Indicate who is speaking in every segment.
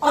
Speaker 1: 教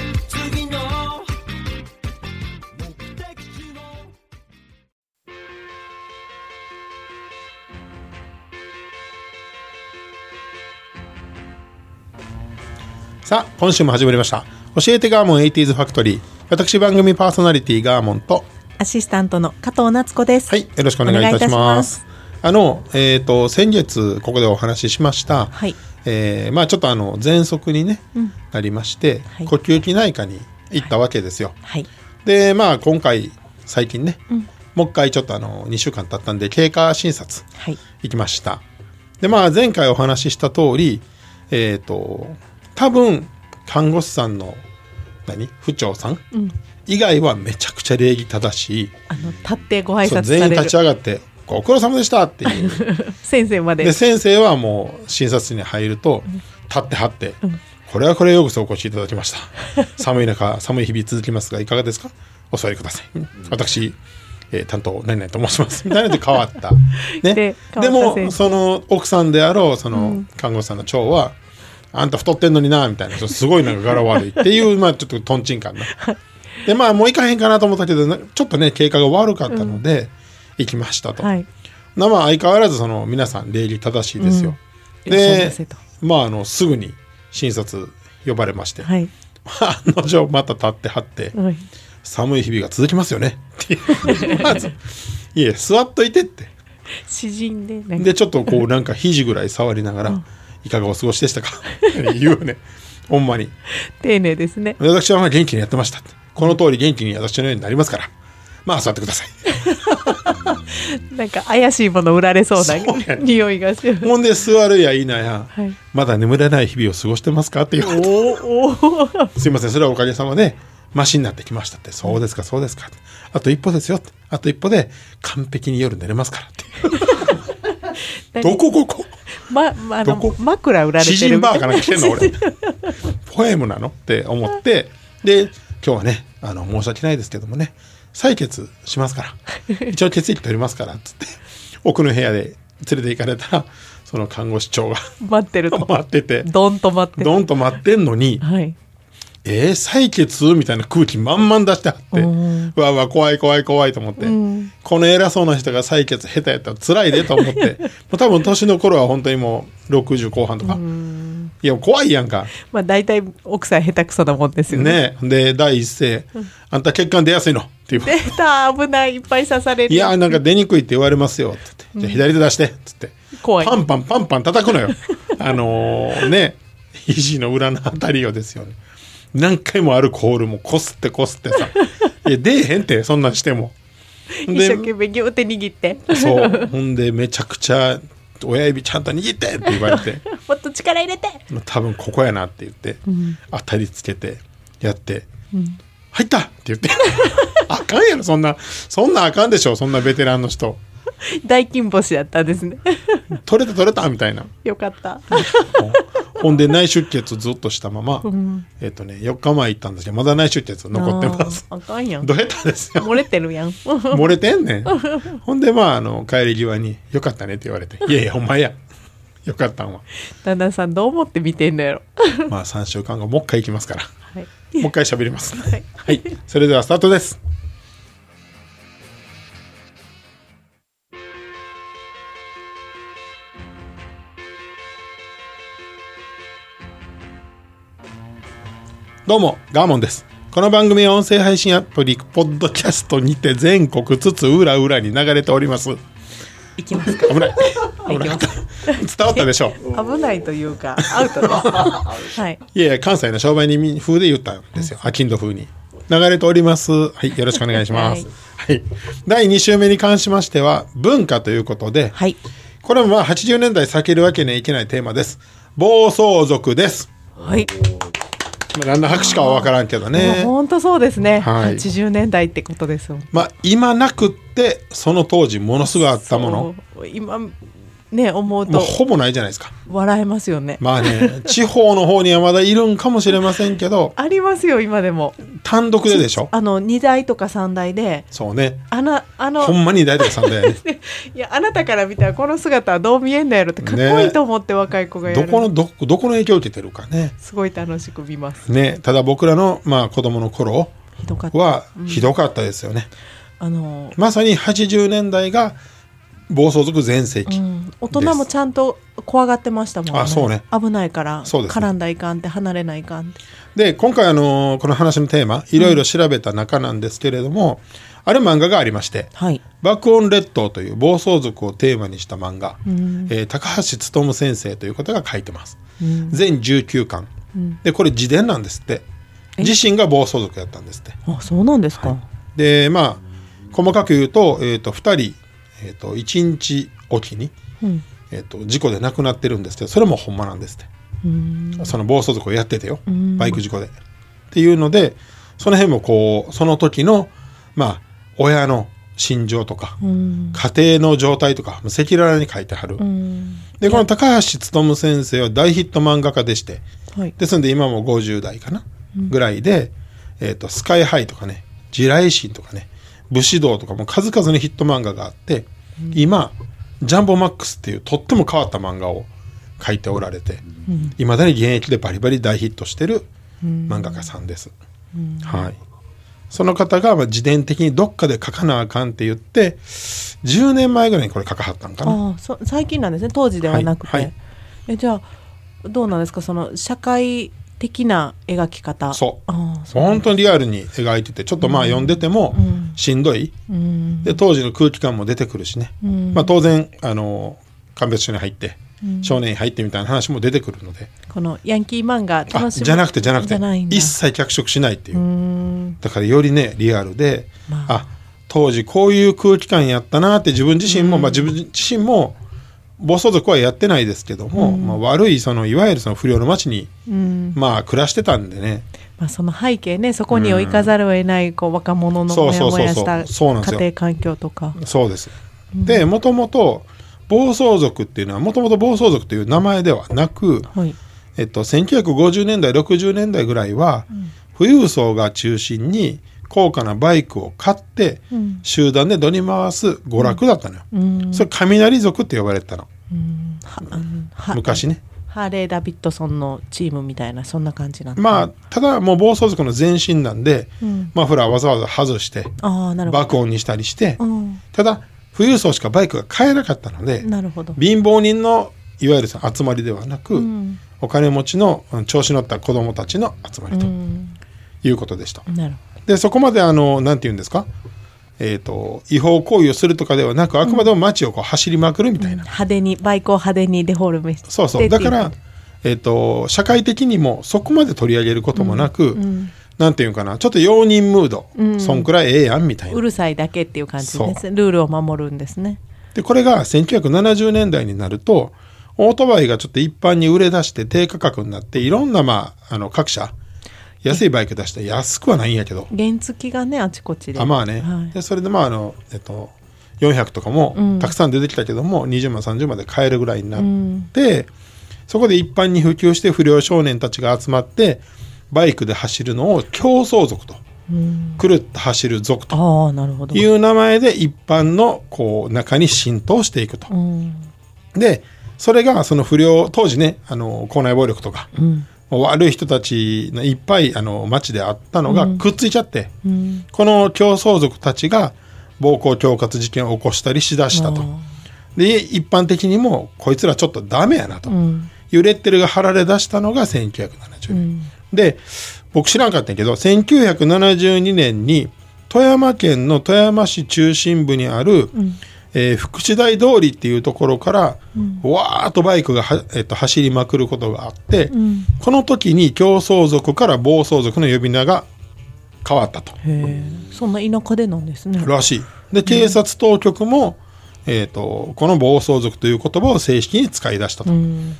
Speaker 2: さあ今週も始まりました教えてガーモン 80s ファクトリー私番組パーソナリティガーモンと
Speaker 3: アシスタントの加藤夏子です。
Speaker 2: はい、よろしくお願いいたし
Speaker 3: お願いい
Speaker 2: ま
Speaker 3: た
Speaker 2: す。あの、えっ、と、先月、ここでお話ししました。
Speaker 3: はい
Speaker 2: えーまあ、ちょっと、あの、喘息にね、なりまして、
Speaker 3: はい
Speaker 2: 呼吸器内科に行ったわけですよ。
Speaker 3: はい。
Speaker 2: で、まあ、今回、最近ね、もう一回、ちょっと、あの、2週間経ったんで、経過診察、
Speaker 3: はい。
Speaker 2: 行きました。で、まあ、前回お話しした通り、えっ、と、多分、看護師さんの、何不調さん、以外はめちゃくちゃ礼儀正しい、
Speaker 3: あの、立ってご挨
Speaker 2: そう
Speaker 3: 拶
Speaker 2: 全員
Speaker 3: され
Speaker 2: 立
Speaker 3: る
Speaker 2: ち上がって「ご苦労様でした」っていう
Speaker 3: 先生まで。
Speaker 2: で先生はもう診察室に入ると立ってはって「これはこれようこそお越しいただきました寒い中寒い日々続きますがいかがですかお座りください私、えー担当何々と申します」みたいなので変わったね
Speaker 3: で
Speaker 2: で
Speaker 3: 変わ
Speaker 2: も
Speaker 3: った先生
Speaker 2: その奥さんであろうその看護師さんの長は「あんた太ってんのにな」みたいなそうすごいなんか柄悪いっていう まあちょっととんちんかんな。でまあもう行かへんかなと思ったけどなちょっとね経過が悪かったので、行きましたと。
Speaker 3: はい。
Speaker 2: まあまあ相変わらずその皆さん礼儀正しいですよ。
Speaker 3: うんいらっしゃい
Speaker 2: で
Speaker 3: ませと
Speaker 2: まああのすぐに診察呼ばれまして、
Speaker 3: はい。
Speaker 2: 案の定また立ってはって、
Speaker 3: はい。
Speaker 2: 寒い日々が続きますよねっていう まず「いえ座っといて」って
Speaker 3: 詩人で、なんか
Speaker 2: でちょっとこうなんか肘ぐらい触りながら「いかがお過ごしでしたか?」 って言うよねほんまに。
Speaker 3: 丁寧ですね。
Speaker 2: 私はまあ元気にやってましたってこの通り元気に私のようになりますからまあ座ってください。
Speaker 3: なんか怪しいもの売られそう
Speaker 2: そうや
Speaker 3: な
Speaker 2: ね
Speaker 3: 匂いがする。
Speaker 2: ほんで座るやいなや、
Speaker 3: はい
Speaker 2: まだ眠れない日々を過ごしてますかって言われて
Speaker 3: おーお
Speaker 2: すいません、それはおかげさまで、マシになってきましたって、そうですか、そうですか。あと一歩ですよ。あと一歩で、完璧に夜寝れますからって。
Speaker 3: 何
Speaker 2: どこここ
Speaker 3: ま、まあ
Speaker 2: ど
Speaker 3: の
Speaker 2: こ、
Speaker 3: 枕売られ
Speaker 2: 詩
Speaker 3: てる
Speaker 2: 人バ
Speaker 3: みたい
Speaker 2: ーかなんか来てんの俺。ポエムなのって思って、で、今日はね、あの、申し訳ないですけどもね、採血しますから、一応血液取りますから、つって、奥の部屋で連れて行かれたら、その看護師長が
Speaker 3: 待ってると。
Speaker 2: 待ってて、
Speaker 3: どんと待って
Speaker 2: どんと待ってんのに、
Speaker 3: はい。
Speaker 2: えー、採血みたいな空気満々出してはって、
Speaker 3: うん
Speaker 2: うわうわ怖い怖い怖いと思って、
Speaker 3: ん
Speaker 2: この偉そうな人が採血下手やったら辛いでと思ってもう多分年の頃は本当にもう60後半とか、いや怖いやんか
Speaker 3: まあ、大体、奥さん下手くそなもんですよね。
Speaker 2: ねで第一声、あんた血管出やすいの」って言う
Speaker 3: 出た、危ない、いっぱい刺される。
Speaker 2: いやーなんか出にくいって言われますよ」っつって「じゃあ左手出して」っつって
Speaker 3: 怖い
Speaker 2: パンパンパンパン叩くのよあのーね肘の裏のあたりをですよね何回もあるコールもこすってこすってさ「いや出えへんってそんなんしても」
Speaker 3: 一生懸命ギューって握って。
Speaker 2: そうほんでめちゃくちゃ「親指ちゃんと握って!」って言われて
Speaker 3: もっと力入れて。
Speaker 2: まあ多分ここやなって言って、当たりつけてやって「入った!」って言って あかんやろそんなそんなあかんでしょそんなベテランの人。
Speaker 3: 大金星だった んですね。
Speaker 2: 取れた取れたみた いな
Speaker 3: よかった。
Speaker 2: ほんで内出血ずっとしたまま、えっ、とね4日前行ったんですけどまだ内出血残ってます
Speaker 3: あーあかんやん。
Speaker 2: ど下手ですよ
Speaker 3: 漏れてるやん。
Speaker 2: 漏れてん ねんほんでまああの帰り際に「よかったね」って言われて「いやいやお前やよかったん は
Speaker 3: 旦那さんどう思って見てんのやろ。
Speaker 2: まあ3週間後もう一回行きますから
Speaker 3: はい。
Speaker 2: もう一回喋ります
Speaker 3: はい
Speaker 2: はい、それではスタートですどうもガーモンですこの番組は音声配信アプリポッドキャストにて全国つつ裏裏に流れております
Speaker 3: いきますか。
Speaker 2: 危ない危なかった 伝わったでしょう
Speaker 3: 危ないというか、ア ウトです。はい。
Speaker 2: いやいや関西の商売人風で言ったんですよあきんど風に流れておりますはいよろしくお願いします、はい第2週目に関しましては文化ということで、
Speaker 3: はい。
Speaker 2: これもまあ80年代避けるわけにはいけないテーマです暴走族です
Speaker 3: はい。
Speaker 2: まあ何の拍手かは分からんけどね
Speaker 3: 本当そうですね、
Speaker 2: はい
Speaker 3: 80年代ってことですよ
Speaker 2: まあ今なくってその当時ものすごいあったもの
Speaker 3: そう今ね思う
Speaker 2: もう
Speaker 3: と
Speaker 2: ほぼないじゃないですか
Speaker 3: 笑えますよね、
Speaker 2: まあ ね地方の方にはまだいるんかもしれませんけど
Speaker 3: ありますよ今でも
Speaker 2: 単独ででしょ
Speaker 3: あの2台とか3台で
Speaker 2: そうね
Speaker 3: あなあの
Speaker 2: ほんまに大体さんだよね
Speaker 3: いやあなたから見たらこの姿はどう見えんのやろってかっこいいと思って若い子がや
Speaker 2: ど
Speaker 3: る、
Speaker 2: このどどこの影響を受けてるかね
Speaker 3: すごい楽しく見ます
Speaker 2: ねただ僕らのまあ子供の頃
Speaker 3: ひどかった
Speaker 2: はひどかったですよね、
Speaker 3: あの、
Speaker 2: まさに80年代が暴走族全盛期、
Speaker 3: うん、大人もちゃんと怖がってましたもんね
Speaker 2: あそうね
Speaker 3: 危ないから
Speaker 2: そうですね
Speaker 3: 絡んだらいかんって離れないかんって
Speaker 2: で今回あのこの話のテーマいろいろ調べた中なんですけれども、ある漫画がありまして
Speaker 3: はい
Speaker 2: 「爆音列島」という暴走族をテーマにした漫画、えー高橋勉先生という方が書いてます、全19巻、でこれ自伝なんですって自身が暴走族やったんですって
Speaker 3: あそうなんですか、
Speaker 2: でまあ細かく言うと,、えー、と2人、えー、と1日おきに、
Speaker 3: うん
Speaker 2: えー、と事故で亡くなってるんですけどそれもほんまなんですって。
Speaker 3: うん
Speaker 2: その暴走族をやっててよ
Speaker 3: ん
Speaker 2: バイク事故で。っていうのでその辺もこうその時のまあ親の心情とか
Speaker 3: うん
Speaker 2: 家庭の状態とかもう赤裸々に書いてはる。
Speaker 3: うん
Speaker 2: でこの高橋勉先生は大ヒット漫画家でして
Speaker 3: はい
Speaker 2: ですので今も50代かなぐらいで、えー、とスカイハイとかね地雷神とかね武士道とかもう数々のヒット漫画があって、今ジャンボマックスっていうとっても変わった漫画を書いておられていま、未だに現役でバリバリ大ヒットしてる漫画家さんです。はいその方がまあ自伝的にどっかで書かなあかんって言って10年前ぐらいにこれ書かはったんかな。
Speaker 3: ああそ最近なんですね当時ではなくて、
Speaker 2: はいはい
Speaker 3: えじゃあどうなんですかその社会的な描き方
Speaker 2: そう
Speaker 3: ああそう
Speaker 2: 本当にリアルに描いててちょっとまあ読んでてもしんどい、
Speaker 3: うん
Speaker 2: で当時の空気感も出てくるしね、
Speaker 3: うん
Speaker 2: まあ、当然あの鑑別所に入って、少年院入ってみたいな話も出てくるので
Speaker 3: このヤンキー漫画楽
Speaker 2: あ
Speaker 3: しむ
Speaker 2: じゃなくてじゃなくて
Speaker 3: じゃないんだ
Speaker 2: 一切脚色しないっていう、
Speaker 3: うーん
Speaker 2: だからよりねリアルで、
Speaker 3: ま
Speaker 2: あ、当時こういう空気感やったなって自分自身も、まあ、自分自身も暴走族はやってないですけども、まあ、悪いそのいわゆるその不良の町に、
Speaker 3: うん
Speaker 2: まあ、暮らしてたんでね、
Speaker 3: まあ、その背景ねそこにを行かざるを得ないこう若者の
Speaker 2: そ
Speaker 3: モ
Speaker 2: うそ
Speaker 3: ヤ
Speaker 2: う
Speaker 3: モ
Speaker 2: そうそ
Speaker 3: ヤ
Speaker 2: う
Speaker 3: した
Speaker 2: そうなんです
Speaker 3: 家
Speaker 2: よ
Speaker 3: 庭環境とか
Speaker 2: そうです。で、もともと暴走族っていうのは、もともと暴走族という名前ではなく、
Speaker 3: はい
Speaker 2: えっと、1950年代、60年代ぐらいは、富裕層が中心に高価なバイクを買って、
Speaker 3: うん
Speaker 2: 集団で乗り回す娯楽だったのよ。
Speaker 3: うん
Speaker 2: それ、雷族って呼ばれてたの、
Speaker 3: はうんは
Speaker 2: 昔ね。
Speaker 3: ハーレー・ダビッドソンのチームみたいなそんな感じなんだ
Speaker 2: まあ、ただもう暴走族の前身なんで、
Speaker 3: うん
Speaker 2: マフラーわざわざ外して、
Speaker 3: ああなるほど
Speaker 2: 爆音にしたりして、
Speaker 3: うん
Speaker 2: ただ、富裕層しかバイクが買えなかったので、
Speaker 3: なるほど
Speaker 2: 貧乏人のいわゆるその集まりではなく、
Speaker 3: ん
Speaker 2: お金持ちのうん調子乗った子どもたちの集まり
Speaker 3: う
Speaker 2: と
Speaker 3: ん
Speaker 2: いうことでした、
Speaker 3: なる
Speaker 2: でそこまであのなんて言うんですか、えー、と違法行為をするとかではなくあくまでも街をこう走りまくるみたいな、
Speaker 3: 派手にバイクを派手にデフォルメして
Speaker 2: そうそ
Speaker 3: っ
Speaker 2: う
Speaker 3: てい
Speaker 2: だから、えー、と社会的にもそこまで取り上げることもなく、なんていうんかなちょっと容認ムード、そんくらいええやんみたいな
Speaker 3: うるさいだけっていう感じで
Speaker 2: そ
Speaker 3: すルールを守るんですね
Speaker 2: でこれが1970年代になるとオートバイがちょっと一般に売れ出して低価格になっていろんな、まあ、あの各社安いバイク出して安くはないんやけど
Speaker 3: 原付きがねあちこちで
Speaker 2: あまあね、
Speaker 3: はい
Speaker 2: でそれでまああの、えっと、400とかもたくさん出てきたけども、20万30万で買えるぐらいになって、そこで一般に普及して不良少年たちが集まってバイクで走るのを競争族と、狂って走る族と
Speaker 3: ああなるほど
Speaker 2: いう名前で一般のこう中に浸透していくと。
Speaker 3: うん
Speaker 2: でそれがその不良当時ねあの校内暴力とか、悪い人たちのいっぱいあの街であったのがくっついちゃって、
Speaker 3: うん
Speaker 2: この競争族たちが暴行恐喝事件を起こしたりしだしたと
Speaker 3: あ。
Speaker 2: で一般的にもこいつらちょっとダメやなと、
Speaker 3: うん
Speaker 2: いうレッテルが貼られ出したのが1970年、で僕知らんかったんやけど1972年に富山県の富山市中心部にある、えー福祉大通りっていうところから、わーっとバイクがは、えっと走りまくることがあって、この時に競争族から暴走族の呼び名が変わったと。
Speaker 3: へえそんな田舎でなんですね
Speaker 2: らしい。で警察当局も、えー、とこの暴走族という言葉を正式に使い出したと。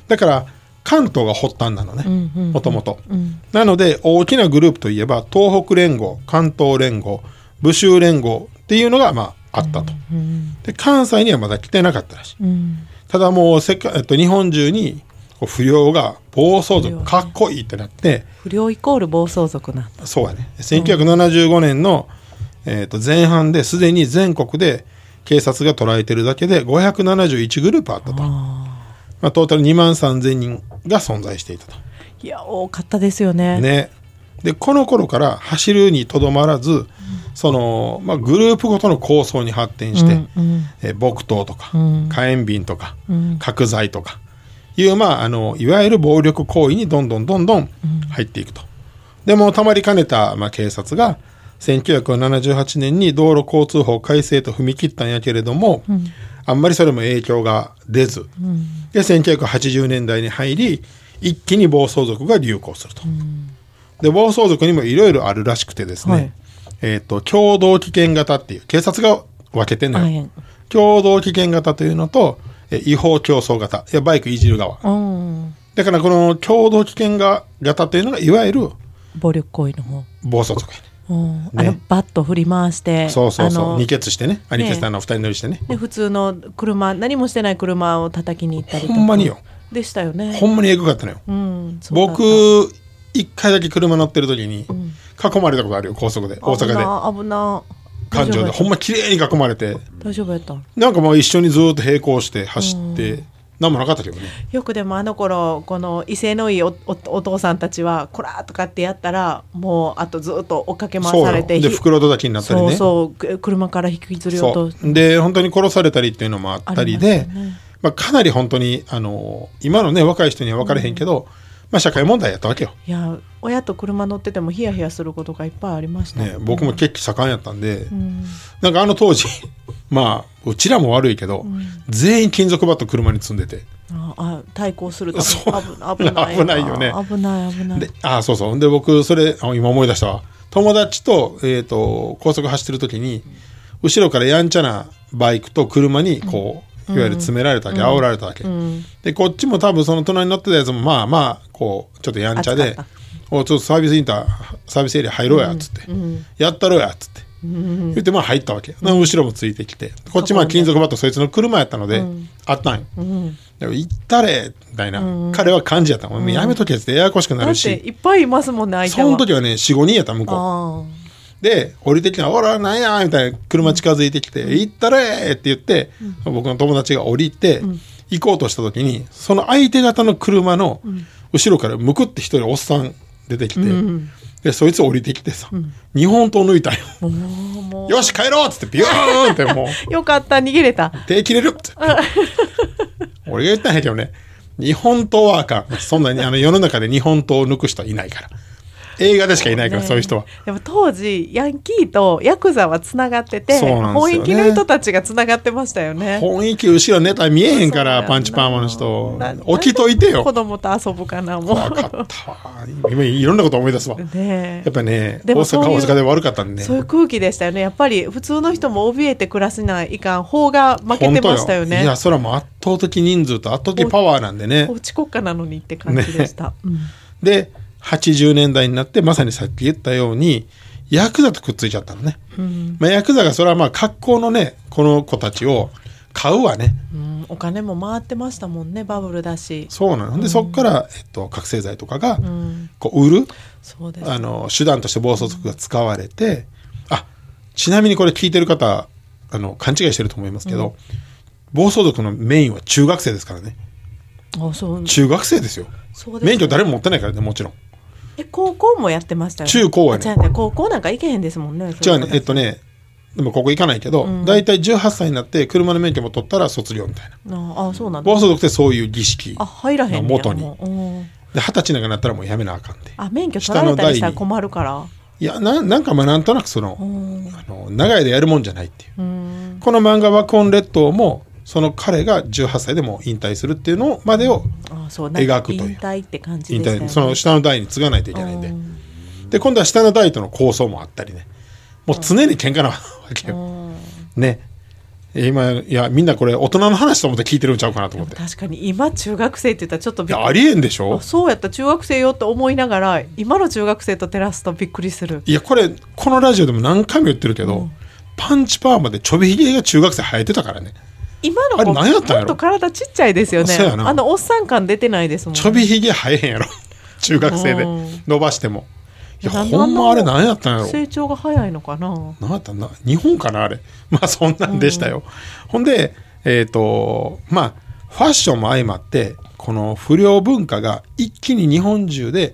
Speaker 2: だから関東が発端なの
Speaker 3: うん
Speaker 2: ね
Speaker 3: うんうん
Speaker 2: もともと
Speaker 3: うん
Speaker 2: なので大きなグループといえば東北連合関東連合武州連合っていうのがまああったと
Speaker 3: うん
Speaker 2: で関西にはまだ来てなかったらしい
Speaker 3: うん
Speaker 2: ただもう世界、えっと、日本中にこう不要が暴走
Speaker 3: 不良
Speaker 2: 族
Speaker 3: ね
Speaker 2: かっこいいってなって
Speaker 3: 不良イコール暴走族なんだ
Speaker 2: そうやね1975年の、えっと前半ですでに全国で警察が捉えてるだけで571グループあったとまあ、トータル2万3000人が存在していたと。
Speaker 3: いや多かったですよね
Speaker 2: ね、でこの頃から走るにとどまらず、そのまあ、グループごとの構想に発展して、
Speaker 3: うん
Speaker 2: えー木刀とか、
Speaker 3: うん
Speaker 2: 火炎瓶とか、
Speaker 3: うん
Speaker 2: 角材とかいう、まあ、あのいわゆる暴力行為にどんどんどんどん入っていくと。でもうたまりかねた、まあ、警察が1978年に道路交通法改正と踏み切ったんやけれども、あんまりそれも影響が出ず、で1980年代に入り一気に暴走族が流行すると。で暴走族にもいろいろあるらしくてですね、
Speaker 3: はい
Speaker 2: えっ、と共同危険型っていう警察が分けてんのよ。
Speaker 3: はい
Speaker 2: 共同危険型というのと、え違法競争型。いや、バイクいじる側。
Speaker 3: うん
Speaker 2: だから、この共同危険が型というのが、いわゆる
Speaker 3: 暴力行為の方
Speaker 2: 暴走族やね、
Speaker 3: うんあの
Speaker 2: ね
Speaker 3: バット振り回して
Speaker 2: そうそうそ
Speaker 3: あ
Speaker 2: う。
Speaker 3: の
Speaker 2: 二血してね。あ、
Speaker 3: ね
Speaker 2: 二血ってあの二人乗りしてね。
Speaker 3: で普通の車何もしてない車を叩きに行ったりとか
Speaker 2: ほんまによ
Speaker 3: でしたよね
Speaker 2: ほんまにエグかったのよ。
Speaker 3: うんそうだった
Speaker 2: 僕、一回だけ車乗ってる時に、囲まれたことあるよ、高速で。大阪で。
Speaker 3: 危な危な
Speaker 2: 環状で。ほんま綺麗に囲まれて。
Speaker 3: 大丈夫やった
Speaker 2: なんかもう一緒にずーっと並行して走って、なんもなかったけどね。
Speaker 3: よくでもあの頃この威勢のいいおおお父さんたちは「こら!」とかってやったらもうあとずっと追っかけ回
Speaker 2: そう
Speaker 3: され
Speaker 2: よ。
Speaker 3: て
Speaker 2: で、
Speaker 3: ひ
Speaker 2: 袋叩きになったり
Speaker 3: そ
Speaker 2: ね。
Speaker 3: うそうく車から引きずり落
Speaker 2: そ
Speaker 3: と
Speaker 2: うで本当に殺されたりっていうのもあったりで
Speaker 3: ありましたね
Speaker 2: まあ、かなり本当にあの今のね若い人には分からへんけど、まあ、社会問題やったわけよ、
Speaker 3: いや親と車乗っててもヒヤヒヤすることがいっぱいありました
Speaker 2: ね、僕も血気盛んやったんで、
Speaker 3: うん
Speaker 2: なんかあの当時 まあうちらも悪いけど、全員金属バット車に積んでて
Speaker 3: ああ対抗すると
Speaker 2: そう
Speaker 3: 危危ない
Speaker 2: 危ないよね
Speaker 3: 危ない危ない
Speaker 2: でああそうそうで僕それあ今思い出したわ友達と,、えー、と高速走ってる時に後ろからやんちゃなバイクと車にこう、いわゆる詰められたわけ、煽られたわけ、
Speaker 3: うん
Speaker 2: でこっちも多分その隣に乗ってたやつもまあまあこうちょっとやんちゃ
Speaker 3: 熱
Speaker 2: で
Speaker 3: かっ
Speaker 2: 「おちょっとサービスインターサービスエリア入ろうや」っつって、やったろうや」っつって、言ってまあ入ったわけ、な後ろもついてきてこっちまあ金属バットそいつの車やったので、あったんよ、でも行ったれみたいな、彼は感じやったもうやめとけっつってややこしくな
Speaker 3: だ
Speaker 2: る
Speaker 3: って
Speaker 2: し
Speaker 3: いっぱいいますもんね相手
Speaker 2: そ
Speaker 3: は
Speaker 2: の時はね45人やった向こう
Speaker 3: あ
Speaker 2: で、降りてきたら、おら、なんやみたいな、車近づいてきて、行ったれって言って、僕の友達が降りて、行こうとした時に、その相手方の車の後ろからむくって一人おっさん出てきて、で、そいつ降りてきてさ、日本刀抜いたよ。
Speaker 3: あもうもう
Speaker 2: よし、帰ろうっつって、ビューンって もう、
Speaker 3: よかった逃げれた
Speaker 2: 手切れるっつって。俺が言ったんやけどね、日本刀はあかん。そんなに、あの、世の中で日本刀を抜く人はいないから。映画でしかいないから、
Speaker 3: ね
Speaker 2: そういう人は。
Speaker 3: でも当時ヤンキーとヤクザはつながってて、
Speaker 2: そうなんですよね
Speaker 3: 本域の人たちがつながってましたよね
Speaker 2: 本域後ろネタ見えへんから
Speaker 3: そうそう
Speaker 2: パンチパーマの人
Speaker 3: なな
Speaker 2: 起きといてよ
Speaker 3: 子
Speaker 2: 怖
Speaker 3: 供と遊ぶかなもう
Speaker 2: かったわ今いろんなこと思い出すわや
Speaker 3: ねえ
Speaker 2: っぱね大
Speaker 3: でも
Speaker 2: 阪
Speaker 3: そう
Speaker 2: は
Speaker 3: いう
Speaker 2: 大阪で悪かったんで
Speaker 3: そういう空気でしたよねやっぱり普通の人も怯えて暮らせないかん方が負けてましたよね
Speaker 2: いやそれはもう圧倒的人数と圧倒的パワーなんでね
Speaker 3: 法治国家なのにって感じでした、
Speaker 2: で80年代になってまさにさっき言ったようにヤクザとくっついちゃったのね、まあ、ヤクザがそれはまあ格好のねこの子たちを買うわね
Speaker 3: うんうんお金も回ってましたもんねバブルだし
Speaker 2: そうなのでそっから、えっと、覚醒剤とかが
Speaker 3: うん
Speaker 2: こう売る
Speaker 3: そうです
Speaker 2: あの手段として暴走族が使われてあちなみにこれ聞いてる方あの勘違いしてると思いますけど、暴走族のメインは中学生ですからね
Speaker 3: あそう
Speaker 2: 中学生ですよ
Speaker 3: そうですね
Speaker 2: 免許誰も持ってないからねもちろん
Speaker 3: え高校もやってましたよね
Speaker 2: 中高はね
Speaker 3: あ違うね高校なんか行けへんですもんね
Speaker 2: 違うねえっとねでもここ行かないけど、大体18歳になって車の免許も取ったら卒業みたいな
Speaker 3: ああそうなんだ
Speaker 2: 暴走族ってそういう儀式
Speaker 3: あ入らへんねや
Speaker 2: の元に
Speaker 3: もううん
Speaker 2: で二十歳なんかになったらもうやめなあかんで
Speaker 3: あ免許取られたりした
Speaker 2: 下の代
Speaker 3: ら
Speaker 2: に
Speaker 3: 困るから
Speaker 2: いやななんかまあなんとなくその,、
Speaker 3: ん
Speaker 2: あの長いでやるもんじゃないっていう
Speaker 3: うん
Speaker 2: この漫画「ワコン列島」もその彼が18歳でもう引退するっていうのまでを
Speaker 3: あそうなんか
Speaker 2: 描くという
Speaker 3: 引退って感じ
Speaker 2: 引
Speaker 3: でしたよ
Speaker 2: 退、
Speaker 3: ね
Speaker 2: その下の代に継がないといけないんで
Speaker 3: うん
Speaker 2: で今度は下の代との構想もあったりねもう常に喧嘩なわけよ。ねえ今いやみんなこれ大人の話と思って聞いてるんちゃうかなと思ってい
Speaker 3: 確かに今中学生って言ったらちょっとびっ
Speaker 2: やありえんでしょ
Speaker 3: あそうやった中学生よって思いながら今の中学生と照らすとびっくりする
Speaker 2: いやこれこのラジオでも何回も言ってるけど、パンチパーマでちょびひげが中学生生えてたからね
Speaker 3: 今の子
Speaker 2: あれ何やったんやろ
Speaker 3: もっと体ちっちゃいですよね
Speaker 2: そうやな
Speaker 3: あのおっさん感出てないですもん
Speaker 2: ちょびひげ生えへんやろ 中学生で
Speaker 3: うん
Speaker 2: 伸ばしてもいや
Speaker 3: なんで
Speaker 2: ほんまあれ何やったんやろ
Speaker 3: 成長が早いのかな
Speaker 2: 何やったんな日本かなあれ まあそんなんでしたよ、ほんでえっ、とまあファッションも相まってこの不良文化が一気に日本中で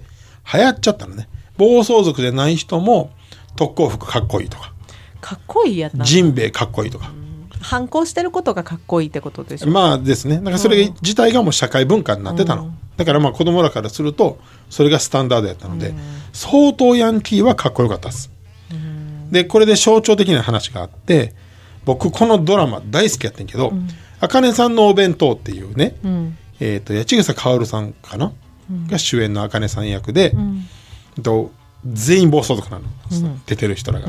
Speaker 2: 流行っちゃったのね暴走族じゃない人も特攻服かっこいいとか
Speaker 3: かっこいいやった
Speaker 2: ジンベエかっこいいとか
Speaker 3: 反抗してることがかっこいいってことでしょ、
Speaker 2: まあですねだからそれ自体がもう社会文化になってたの、だからまあ子供らからするとそれがスタンダードやったので、相当ヤンキーはかっこよかったです、でこれで象徴的な話があって僕このドラマ大好きやってんけど「あかねさんのお弁当」っていうね、
Speaker 3: うん
Speaker 2: えー、と八千草薫さんかな、が主演のあかねさん役で、
Speaker 3: ん
Speaker 2: えっと全員暴走族なの、出てる人らが。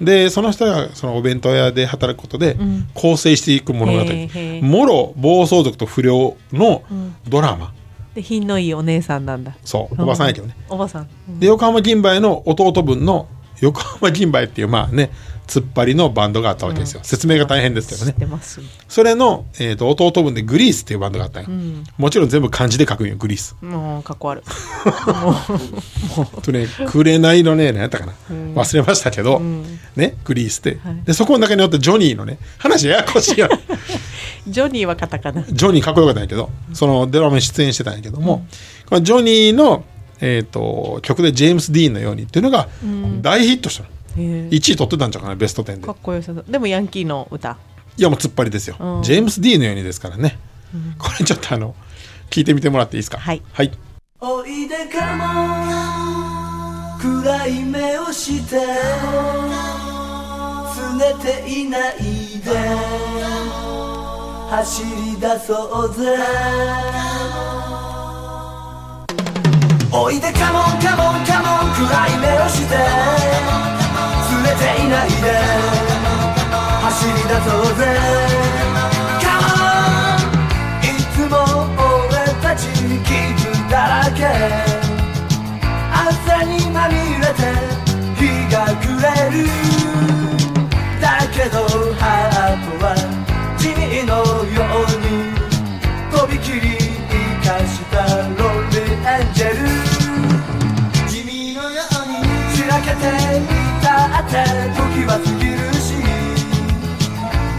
Speaker 2: でその人がそのお弁当屋で働くことで構成していく物語、
Speaker 3: へーへー
Speaker 2: もろ暴走族と不良のドラマ、
Speaker 3: で品のいいお姉さんなんだ
Speaker 2: そうおばさんやけどね、
Speaker 3: おばさん、
Speaker 2: で横浜銀杯の弟分の横浜銀杯っていうまあね突っ張りのバンドがあったわけですよ、説明が大変ですけど
Speaker 3: 知
Speaker 2: ね
Speaker 3: ってます
Speaker 2: それの、えー、と弟分でグリースっていうバンドがあったんよ、もちろん全部漢字で書くんよグリース
Speaker 3: もうかっこ悪い
Speaker 2: とね「くれないのね」何やったかな忘れましたけど、ねグリースって、
Speaker 3: はい
Speaker 2: でそこの中におってジョニーのね話ややこしいよ
Speaker 3: ジョニーはカタカナ
Speaker 2: ジョニーかっこよかったんやけどそのドラマに出演してたんやけども、このジョニーの、えー、と曲で「ジェームス・ディーンのように」っていうのが大ヒットしたの、
Speaker 3: へえ
Speaker 2: 1位取ってたんちゃうかなベスト10で
Speaker 3: かっこよさそうでもヤンキーの歌
Speaker 2: いやもう突っ張りですよ、
Speaker 3: うん
Speaker 2: ジェームス・ディーンのようにですからね、これちょっとあの聞いてみてもらっていいですか
Speaker 3: はい
Speaker 2: はい
Speaker 4: おいでカモン暗い目をして拗ねていないで走り出そうぜおいでカモンカモンカモン暗い目をして拗ねていないで走り出そうぜカモンいつも俺たち気分だらけ朝にまみれて日が暮れるだけどハートは地味のようにとびきり生かしたロンリーエンジェル地味のように散らけていたって時は過ぎるし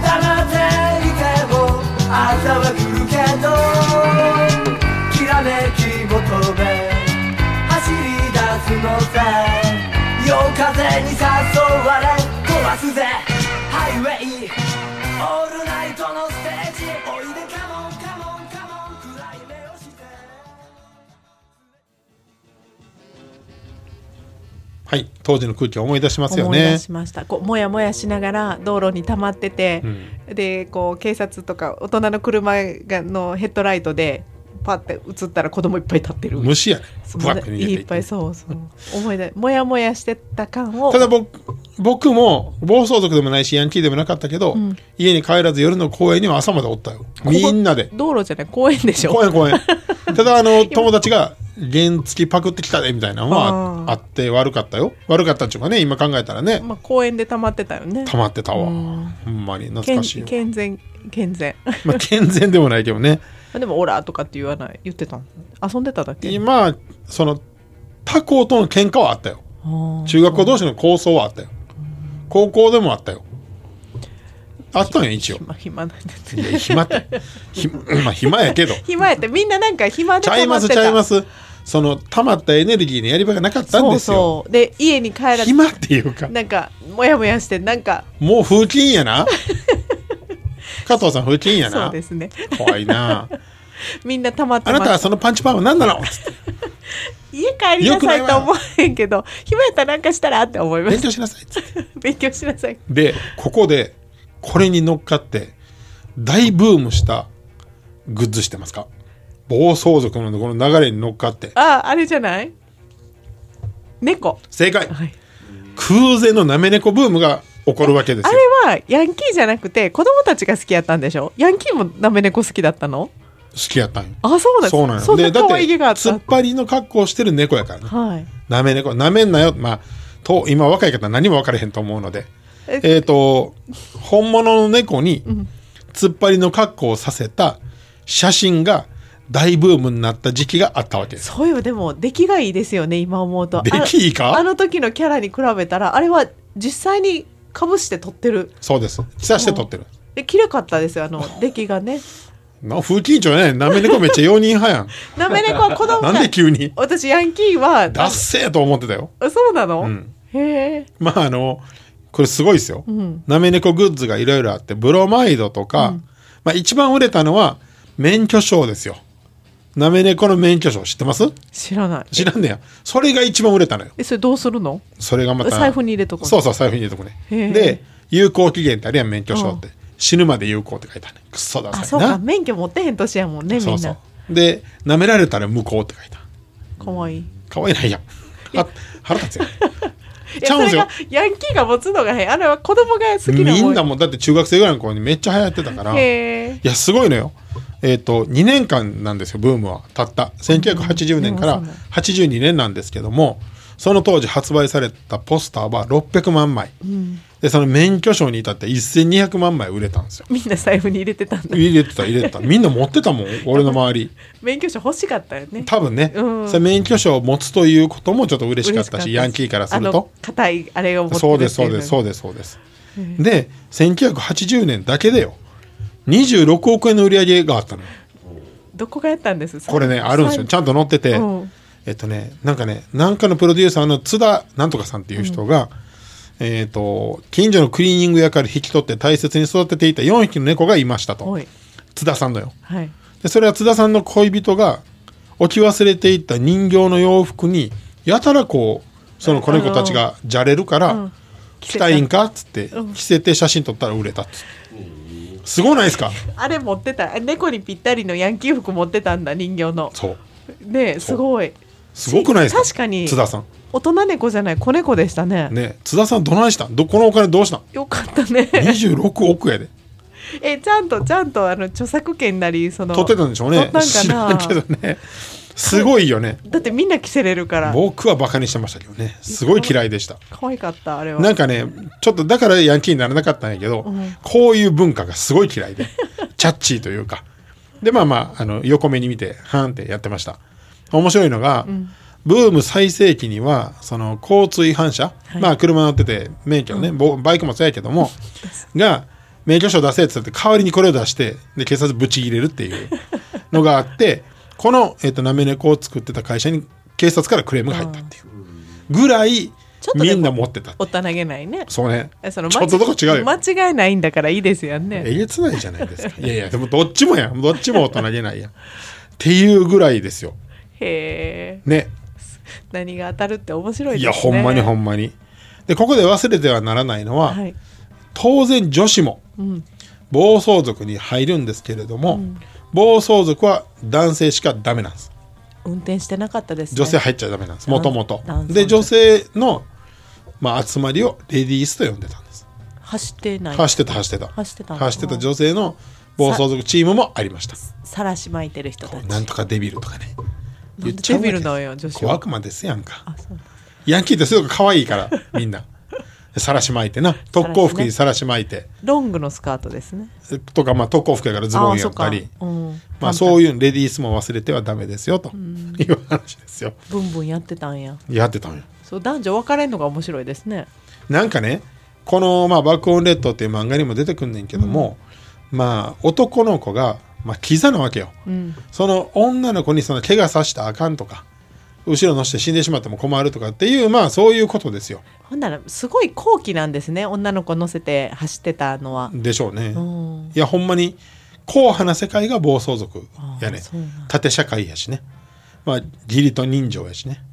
Speaker 4: 黙っていても朝は来るけどきらめき求め走り出すのさ夜風に誘われ壊すぜハイウェイオールナイトのステージおいでカモンカモンカモン暗い目をして
Speaker 2: はい当時の空気を思い出しますよ
Speaker 3: 思い
Speaker 2: ね
Speaker 3: 出しましたこうもやもやしながら道路に溜まってて、でこう警察とか大人の車がのヘッドライトでパッて映ったら子供いっぱい立ってる
Speaker 2: 虫やね
Speaker 3: そう
Speaker 2: ブワッて逃げてい
Speaker 3: いっぱいそうそう思い出もやもやしてた感を
Speaker 2: ただ僕僕も暴走族でもないしヤンキーでもなかったけど、家に帰らず夜の公園には朝までおったよ
Speaker 3: ここ
Speaker 2: みんなで
Speaker 3: 道路じゃない公園でしょ
Speaker 2: 公園公園 ただあの友達が原付きパクってきたでみたいなのは
Speaker 3: あー
Speaker 2: あって悪かったよ悪かったっちゅうかね今考えたらね
Speaker 3: まあ、公園で溜まってたよね
Speaker 2: 溜まってたわほんまに懐
Speaker 3: 健
Speaker 2: かしいわ
Speaker 3: 健全健全
Speaker 2: まあ健全でもないけどね
Speaker 3: でも「オラ」とかって言わない言ってたの遊んでただけ
Speaker 2: 今その他校との喧嘩はあったよ中学校同士の抗争はあったよ高校でもあったよあったんよ一応
Speaker 3: まあ暇なんで
Speaker 2: いや暇 ってひまあ暇やけど
Speaker 3: 暇やってみんななんか暇で
Speaker 2: ちゃい
Speaker 3: 溜ま
Speaker 2: ま
Speaker 3: っ
Speaker 2: す
Speaker 3: て た
Speaker 2: ちゃいますその溜まったエネルギーのやり場がなかったん
Speaker 3: そ
Speaker 2: で
Speaker 3: う
Speaker 2: すよ
Speaker 3: そうで家に帰ら
Speaker 2: 暇っていうか
Speaker 3: なんかもやもやしてなんか
Speaker 2: もう風琴や な加藤さん風琴や
Speaker 3: そう
Speaker 2: な
Speaker 3: ですね
Speaker 2: 怖い な
Speaker 3: みんな溜まって
Speaker 2: あな
Speaker 3: ま
Speaker 2: たは
Speaker 3: す
Speaker 2: そのパンチパーマ何な のつって
Speaker 3: 家帰りなさいとは思わへんけど暇やったらなんかしたらって思いま
Speaker 2: 勉
Speaker 3: す
Speaker 2: 強しなさいっつって
Speaker 3: 勉強しなさい
Speaker 2: でここでこれに乗っかって大ブームしたグッズしてますか暴走族のこの流れに乗っかって
Speaker 3: ああれじゃない猫
Speaker 2: 正解
Speaker 3: はい
Speaker 2: 空前のなめ猫ブームが起こるわけです
Speaker 3: あ
Speaker 2: よ
Speaker 3: れはヤンキーじゃなくて子供たちが好きやったんでしょヤンキーもダメ猫好きだったの
Speaker 2: 好きやったんよ
Speaker 3: あそうなん
Speaker 2: そうなんよ
Speaker 3: そんな
Speaker 2: でだっ
Speaker 3: 可愛げ
Speaker 2: て
Speaker 3: があっ
Speaker 2: 突
Speaker 3: た
Speaker 2: っ張りの格好をしてる猫やからね
Speaker 3: はい
Speaker 2: なめ猫なめんなよまあと今若い方何も分からへんと思うのでえっ
Speaker 3: え、
Speaker 2: と本物の猫に突っ張りの格好をさせた写真が大ブームになった時期があったわけです
Speaker 3: そうよでも出来がいいですよね今思うとあ
Speaker 2: 出来いいか
Speaker 3: あの時のキャラに比べたらあれは実際にかぶして撮ってる
Speaker 2: そうですさして撮ってる
Speaker 3: で綺麗かったですよ あの出来がね
Speaker 2: な風紀委員長ねなめ猫めっちゃ容認派 やん
Speaker 3: なめ猫は子供
Speaker 2: なん
Speaker 3: が
Speaker 2: で急に
Speaker 3: 私ヤンキーは
Speaker 2: ダッセーと思ってたよ
Speaker 3: あそうなの、
Speaker 2: うん
Speaker 3: へえ
Speaker 2: まああのこれすごいですよ、
Speaker 3: ん
Speaker 2: なめ猫グッズがいろいろあってブロマイドとか、まあ、一番売れたのは免許証ですよなめ猫の免許証知ってます
Speaker 3: 知らない
Speaker 2: 知らんねやそれが一番売れたのよ
Speaker 3: えそれどうするの
Speaker 2: それがまた
Speaker 3: 財布に入れとくの
Speaker 2: そうそう財布に入れとくね
Speaker 3: へえ
Speaker 2: で有効期限ってあるやん免許証って、死ぬまで有効って書いてあるねくっそだ
Speaker 3: あ
Speaker 2: さ
Speaker 3: そ
Speaker 2: いう
Speaker 3: か
Speaker 2: な
Speaker 3: 免許持ってへん年やもんねみん
Speaker 2: そ
Speaker 3: な
Speaker 2: うそうで舐められたら無効って書いてある
Speaker 3: かわいい
Speaker 2: かわいないやんは腹立つやん
Speaker 3: いや
Speaker 2: ちゃ
Speaker 3: そ
Speaker 2: うん
Speaker 3: れ
Speaker 2: すよ
Speaker 3: がヤンキーが持つのがへんあれは子供が 好きなもん
Speaker 2: みんなもうだって中学生ぐらいの頃にめっちゃ流行ってたからい
Speaker 3: へえ
Speaker 2: やすごいのよえっ、と2年間なんですよブームはたった1980年か
Speaker 3: う
Speaker 2: ら
Speaker 3: んでもそ
Speaker 2: 82年なんですけどもその当時発売されたポスターは600万枚、でその免許証に至って1200万枚売れたんですよ
Speaker 3: みんな財布に入れてたんだ
Speaker 2: 入れてた入れてたみんな持ってた もん俺の周り
Speaker 3: 免許証欲しかったよね
Speaker 2: 多分ね、
Speaker 3: うん
Speaker 2: それ免許証を持つということもちょっと嬉しか
Speaker 3: 嬉
Speaker 2: ったしヤンキーからすると
Speaker 3: あの硬いあれを持って
Speaker 2: そうですそうですそううですそうですで1980年だけでよ26億円の売り上げがあったのよ
Speaker 3: どこがやったんです
Speaker 2: これねあるんですよちゃんと載ってて、
Speaker 3: うん
Speaker 2: えっとねなんかねなんかのプロデューサーの津田なんとかさんっていう人が、えっと近所のクリーニング屋から引き取って大切に育てていた4匹の猫がいましたと
Speaker 3: はい
Speaker 2: 津田さんのよ
Speaker 3: はい
Speaker 2: でそれは津田さんの恋人が置き忘れていった人形の洋服にやたらこうその子猫たちがじゃれるから、
Speaker 3: うん
Speaker 2: 着たいんかっつって
Speaker 3: うん
Speaker 2: 着せて写真撮ったら売れたっつって、すごないですか
Speaker 3: あれ持ってたあ猫にぴったりのヤンキー服持ってたんだ人形の
Speaker 2: そう
Speaker 3: ねえすごい
Speaker 2: すごくないですか
Speaker 3: 確かに
Speaker 2: 津田さ
Speaker 3: 大人猫じゃない子猫でしたね
Speaker 2: んね津田さんどないしたんどこのお金どう したん
Speaker 3: よかったね
Speaker 2: 26億やで
Speaker 3: えちゃんとちゃんとあの著作権なりその
Speaker 2: 撮ってたんでしょう
Speaker 3: 撮っ
Speaker 2: ね
Speaker 3: たん
Speaker 2: 知ら
Speaker 3: か
Speaker 2: ん
Speaker 3: な
Speaker 2: けどねすごいよね
Speaker 3: だってみんな着せれるから
Speaker 2: 僕はバカにしてましたけどねすごい嫌いでした
Speaker 3: 可愛かったあれは
Speaker 2: なんかねちょっとだからヤンキーにならなかったんやけど、こういう文化がすごい嫌いでチャッチーというかでまあまああの横目に見てハーンってやってました面白いのが、ブーム最盛期にはその交通違反者、まあ車乗ってて免許ね、ぼバイクもそうやけど もが免許証出せって言って代わりにこれを出してで警察ぶち入れるっていうのがあってこの、えっとなめ猫を作ってた会社に警察からクレームが入ったっていうぐらい
Speaker 3: ちょっとで
Speaker 2: み
Speaker 3: も
Speaker 2: んな持ってたっていう
Speaker 3: おったなげないね
Speaker 2: そうね。
Speaker 3: えその
Speaker 2: ちょっとどこ違うよ。
Speaker 3: 間違いないんだからいいですよ
Speaker 2: え
Speaker 3: ね
Speaker 2: げつないじゃないですか。 いやいや、でもどっちもやん。どっちも大人げないやん。っていうぐらいですよ。
Speaker 3: へえ
Speaker 2: ね。
Speaker 3: 何が当たるって面白いです
Speaker 2: い
Speaker 3: ね
Speaker 2: や、ほんまにほ
Speaker 3: ん
Speaker 2: んまに。で、ここで忘れてはならないのは、
Speaker 3: はい
Speaker 2: 当然女子も
Speaker 3: ん
Speaker 2: 暴走族に入るんですけれども、暴走族は男性しかダメなんです。
Speaker 3: 運転してなかったですね
Speaker 2: 女性入っちゃダメなんです。もともと
Speaker 3: 男。性
Speaker 2: で、女性の、まあ、集まりをレディースと呼んでたんです。
Speaker 3: 走ってない
Speaker 2: 走ってた、走ってた。
Speaker 3: 走ってた
Speaker 2: 走ってた女性の暴走族チームもありました。
Speaker 3: さらし巻いてる人たち
Speaker 2: なんとかデビルとかね。言
Speaker 3: で
Speaker 2: っちゃうわけ
Speaker 3: デビルなんや女子は
Speaker 2: 小悪魔ですやんか。
Speaker 3: あそうなん
Speaker 2: ヤンキーってすごく可愛いから、みんな。さらし巻いてな。特攻服にさらし巻いて。
Speaker 3: ロングのスカートですね
Speaker 2: とか、まあ特攻服やからズボン
Speaker 3: あ
Speaker 2: や
Speaker 3: そ
Speaker 2: っ
Speaker 3: か
Speaker 2: たり。
Speaker 3: うん
Speaker 2: まあそういうレディースも忘れてはダメですよ、という話ですよ。
Speaker 3: ブンブンやってたんや
Speaker 2: やってたんよ。
Speaker 3: そう男女分かれんのが面白いですね
Speaker 2: なんかね、この、まあ、爆音レッドっていう漫画にも出てくんねんけども、まあ男の子が、まあ、キザなわけよ。
Speaker 3: うん
Speaker 2: その女の子にその怪我させたらあかんとか後ろ乗して死んでしまっても困るとかっていうまあそういうことですよ
Speaker 3: ほんならすごい好奇なんですね女の子乗せて走ってたのは、
Speaker 2: でしょうね、
Speaker 3: う
Speaker 2: い
Speaker 3: ん、
Speaker 2: やほんまに硬派な世界が暴走族や
Speaker 3: あ
Speaker 2: ね
Speaker 3: あそうなん
Speaker 2: 縦社会やしねまあ義理と人情やしね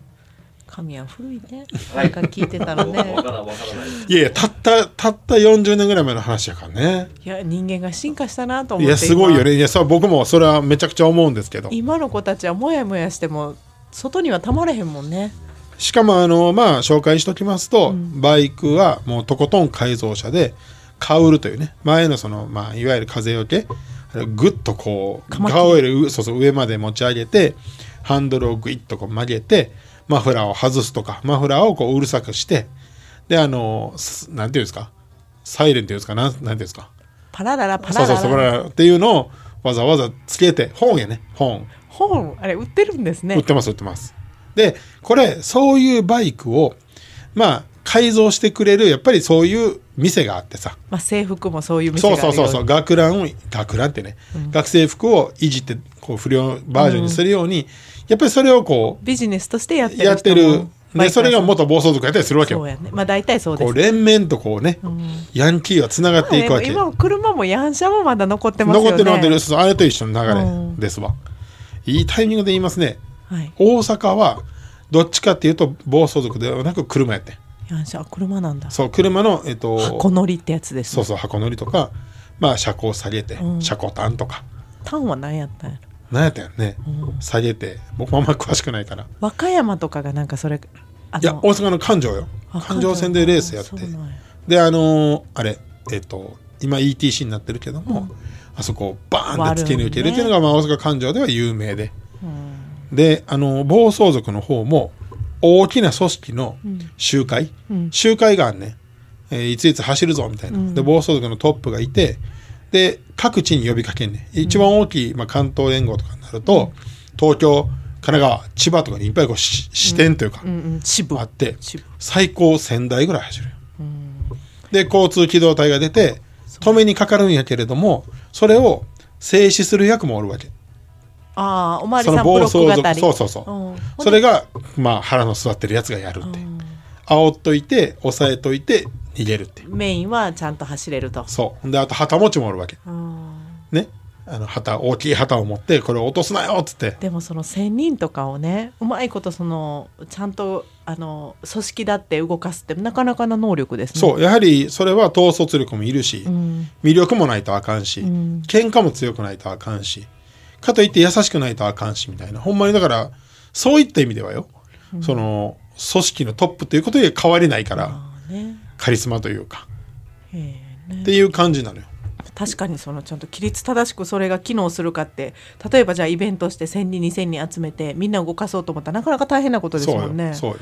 Speaker 3: 神は古いねなんか聞いてたらね
Speaker 5: わからんわからない
Speaker 2: いやいやたったたった40年ぐらい前の話やからね
Speaker 3: いや人間が進化したなと思
Speaker 2: い
Speaker 3: ってい
Speaker 2: やすごいよねいやそれは僕もそれはめちゃくちゃ思うんですけど
Speaker 3: 今の子たちはモヤモヤしても外にはたまれへんもんね
Speaker 2: しかもあのまあ紹介しときますと、バイクはもうとことん改造車でカウルというね前のその、まあ、いわゆる風よけあれをグッとこう
Speaker 3: かまき
Speaker 2: ガオイルうそうそう上まで持ち上げてハンドルをグイッとこう曲げてマフラーを外すとかマフラーをこううるさくしてであのすなんていうんですかサイレンっていうんですかなんなんていうんですか
Speaker 3: パラララパ
Speaker 2: そう
Speaker 3: ラ
Speaker 2: そうそう
Speaker 3: ラ
Speaker 2: パ
Speaker 3: ラ
Speaker 2: ララっていうのをわざわざつけて本やね本
Speaker 3: 本あれ売ってるんです
Speaker 2: 売っ
Speaker 3: ね
Speaker 2: てます売ってますでこれそういうバイクをまあ改造してくれるやっぱりそういう店があってさ
Speaker 3: まあ制服もそういう店
Speaker 2: そ
Speaker 3: が
Speaker 2: うそうそうそう学ランを学ランってね、学生服をいじってこう不良バージョンにするように、やっぱりそれをこ
Speaker 3: ビジネスとしてやって
Speaker 2: う
Speaker 3: る人も
Speaker 2: やってる
Speaker 3: バイ
Speaker 2: で
Speaker 3: ク屋さ
Speaker 2: そ
Speaker 3: ん
Speaker 2: れが元暴走族やったりするわけ
Speaker 3: そ
Speaker 2: よ
Speaker 3: うやねまあ大体そうで
Speaker 2: こう
Speaker 3: す
Speaker 2: 連綿とこうね、ヤンキーはつながっていくわけ、
Speaker 3: 今も車もヤンシャもまだ残ってますよね
Speaker 2: 残ってる残ってるそうあれと一緒の流
Speaker 3: う
Speaker 2: れですわ、いいタイミングで言いますね
Speaker 3: はい
Speaker 2: 大阪はどっちかっていうと暴走族ではなく車やってん
Speaker 3: ヤンシャ車なんだ
Speaker 2: そう車の、えっと、
Speaker 3: 箱乗りってやつです
Speaker 2: そう
Speaker 3: ね
Speaker 2: そう箱乗りとか、まあ、車高下げて、
Speaker 3: うん
Speaker 2: 車高単とか
Speaker 3: タンは何やったんやろ
Speaker 2: なんやったんやろね、下げて僕もあんま詳しくないから
Speaker 3: 和歌山とかがなんかそれあの
Speaker 2: いや大阪の環状よ
Speaker 3: あ
Speaker 2: 環状線でレースやって
Speaker 3: そうなんや
Speaker 2: であのーあれえっ、と今 ETC になってるけども、あそこをバーンって突き抜けるっていうのが、まあ、大阪環状では有名で、であのー暴走族の方も大きな組織の集会、集会があんねん、えーいついつ走るぞみたいな、で暴走族のトップがいてで各地に呼びかけんねん一番大きい、まあ、関東連合とかになると、東京神奈川千葉とかにいっぱいこうし支店というか、
Speaker 3: うんうん支部
Speaker 2: あって
Speaker 3: 渋
Speaker 2: 最高1000台ぐらい走るよで交通機動隊が出て止めにかかるんやけれどもそれを制止する役もおるわけ
Speaker 3: ああおまわり
Speaker 2: その
Speaker 3: さんブ
Speaker 2: 暴
Speaker 3: ロッ
Speaker 2: 走
Speaker 3: ク
Speaker 2: 族
Speaker 3: 型り
Speaker 2: そうそうそう、
Speaker 3: うん
Speaker 2: それが、まあ、腹の座ってるやつがやるって、煽っといて抑えといて逃げるって
Speaker 3: メインはちゃんと走れると
Speaker 2: そうであと旗持ちもおるわけ
Speaker 3: うん
Speaker 2: ねあの旗大きい旗を持ってこれを落とすなよっつって
Speaker 3: でもその仙人とかをねうまいことそのちゃんとあの組織だって動かすってなかなかな能力ですね
Speaker 2: そうやはりそれは統率力もいるし、
Speaker 3: うん
Speaker 2: 魅力もないとあかんし、
Speaker 3: ん
Speaker 2: 喧嘩も強くないとあかんしかといって優しくないとあかんしみたいなほんまにだからそういった意味ではよ、その組織のトップということには変わりないから
Speaker 3: まあね
Speaker 2: カリスマというか
Speaker 3: ええね
Speaker 2: っていう感じなのよ。
Speaker 3: 確かにそのちゃんと規律正しくそれが機能するかって例えばじゃあイベントして1,000人2,000人集めてみんな動かそうと思ったらなかなか大変なことです
Speaker 2: そう
Speaker 3: も
Speaker 2: よ
Speaker 3: んね。
Speaker 2: そうよ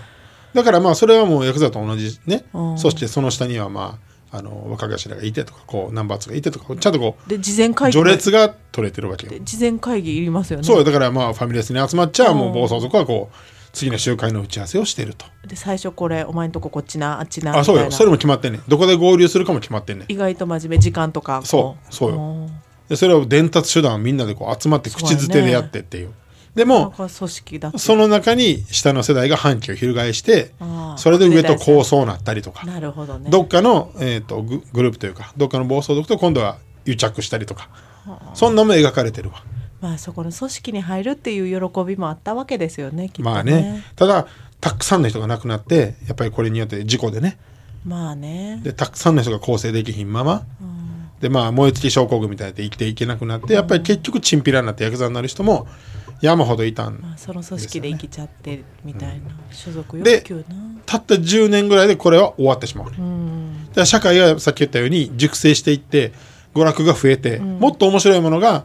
Speaker 2: だからまあそれはもうヤクザと同じね、
Speaker 3: うん
Speaker 2: そしてその下にはまああの若頭がいてとかこう南伐がいてとかちゃんとこ
Speaker 3: で事前
Speaker 2: う
Speaker 3: 会議
Speaker 2: 序
Speaker 3: も
Speaker 2: 列が取れてるわけよ。
Speaker 3: 事前会議いりますよね。
Speaker 2: そうよだからまあファミレスに集まっちゃもう暴走族はこう次の集会の打ち合わせをしていると。
Speaker 3: で最初これお前んとここっちなあっちな
Speaker 2: あそうよ
Speaker 3: みた
Speaker 2: それ
Speaker 3: いな
Speaker 2: も決まってんねんどこで合流するかも決まってんねん
Speaker 3: 意外と真面目時間とか
Speaker 2: そ
Speaker 3: こ
Speaker 2: うそうよ
Speaker 3: ん
Speaker 2: でそれを伝達手段をみんなでこう集まって口づてでやってっていうで
Speaker 3: なん
Speaker 2: も
Speaker 3: か組織だって
Speaker 2: その中に下の世代が反旗を翻して
Speaker 3: あー
Speaker 2: それで上と抗争になったりとか
Speaker 3: なるほどね
Speaker 2: どっかの、えー、とググループというかどっかの暴走族と今度は癒着したりとかそんなもん描かれてるわ
Speaker 3: まあそこの組織に入るっていう喜びもあったわけですよねきっとね
Speaker 2: まあねただたくさんの人が亡くなってやっぱりこれによって事故でね
Speaker 3: まあね
Speaker 2: でたくさんの人が構成できひんまま、でまあ燃え尽き症候群みたいで生きていけなくなってやっぱり結局チンピラになってヤクザになる人も山ほどいたん、
Speaker 3: まあその組織で生きちゃってみたいな、所属
Speaker 2: で
Speaker 3: 欲求な
Speaker 2: たった10年ぐらいでこれは終わってしまう、
Speaker 3: うん
Speaker 2: だから社会がさっき言ったように熟成していって娯楽が増えて、もっと面白いものが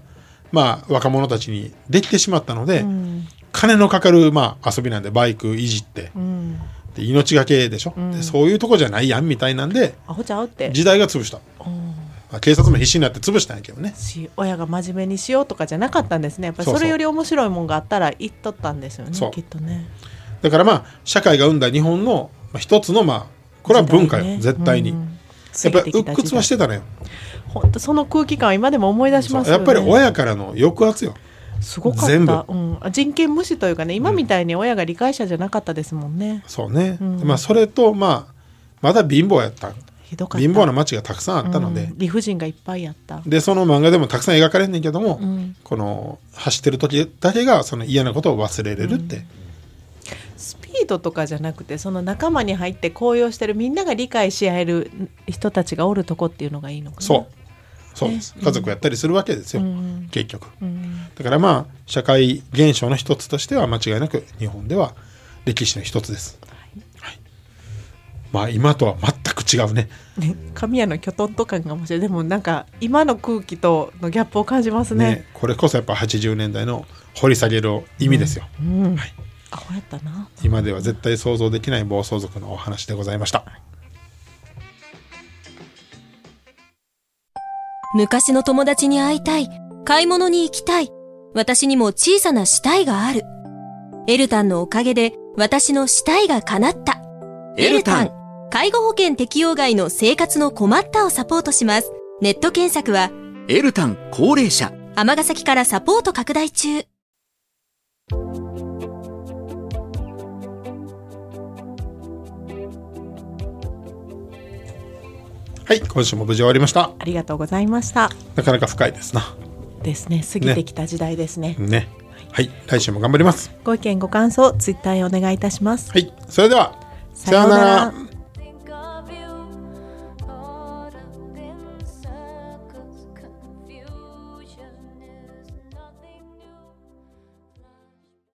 Speaker 2: まあ若者たちにできてしまったので、
Speaker 3: うん
Speaker 2: 金のかかる、まあ、遊びなんでバイクいじって
Speaker 3: うん
Speaker 2: で命がけでしょ、でそういうとこじゃないやんみたいなんで
Speaker 3: アホちゃうって
Speaker 2: 時代が潰した、まあ警察も必死になって潰したんやけどね
Speaker 3: し親が真面目にしようとかじゃなかったんですねやっぱり
Speaker 2: そうそう
Speaker 3: それより面白いもんがあったら言っとったんですよね
Speaker 2: そう
Speaker 3: きっとね
Speaker 2: だからまあ社会が生んだ日本のまあ一つのまあこれは文化よ絶対に、やっぱり鬱屈はしててたのよ
Speaker 3: 本当その空気感は今でも思い出します
Speaker 2: や
Speaker 3: よね
Speaker 2: っぱり親からの抑圧よ
Speaker 3: すごかった
Speaker 2: 全部
Speaker 3: うん、人権無視というかね今みたいに親が理解者じゃなかったですもんね、
Speaker 2: そうね、
Speaker 3: ん
Speaker 2: まあそれとまあまだ貧乏やった
Speaker 3: ひどかった
Speaker 2: 貧乏な町がたくさんあったので
Speaker 3: う、ん理不尽がいっぱいあった
Speaker 2: でその漫画でもたくさん描かれんねんけども、
Speaker 3: ん
Speaker 2: この走ってる時だけがその嫌なことを忘れれるって、
Speaker 3: スピードとかじゃなくてその仲間に入って高揚してるみんなが理解し合える人たちがおるとこっていうのがいいのかな
Speaker 2: そうそうです、家族やったりするわけですよ、結局、
Speaker 3: うん
Speaker 2: だからまあ社会現象の一つとしては間違いなく日本では歴史の一つです、はいまあ今とは全く違うね
Speaker 3: ね、神谷のきょとんと感が面白いでもなんか今の空気とのギャップを感じますね
Speaker 2: ねこれこそやっぱ80年代の掘り下げる意味ですよ、
Speaker 3: うん
Speaker 2: はい
Speaker 3: アホやったな
Speaker 2: 今では絶対想像できない暴走族のお話でございました
Speaker 5: 昔の友達に会いたい。買い物に行きたい。私にも小さな死体がある。エルタンのおかげで私の死体が叶った。
Speaker 6: エルタン。
Speaker 5: 介護保険適用外の生活の困ったをサポートします。ネット検索は、
Speaker 6: エルタン高齢者
Speaker 5: 尼崎からサポート拡大中。
Speaker 2: はい今週も無事終わりました
Speaker 3: ありがとうございました
Speaker 2: なかなか深いですな
Speaker 3: ですね過ぎてきた時代ですね
Speaker 2: ねはい来週も頑張ります
Speaker 3: ご意見ご感想ツイッターへお願いいたします
Speaker 2: はいそれでは
Speaker 3: さようなら
Speaker 2: うなら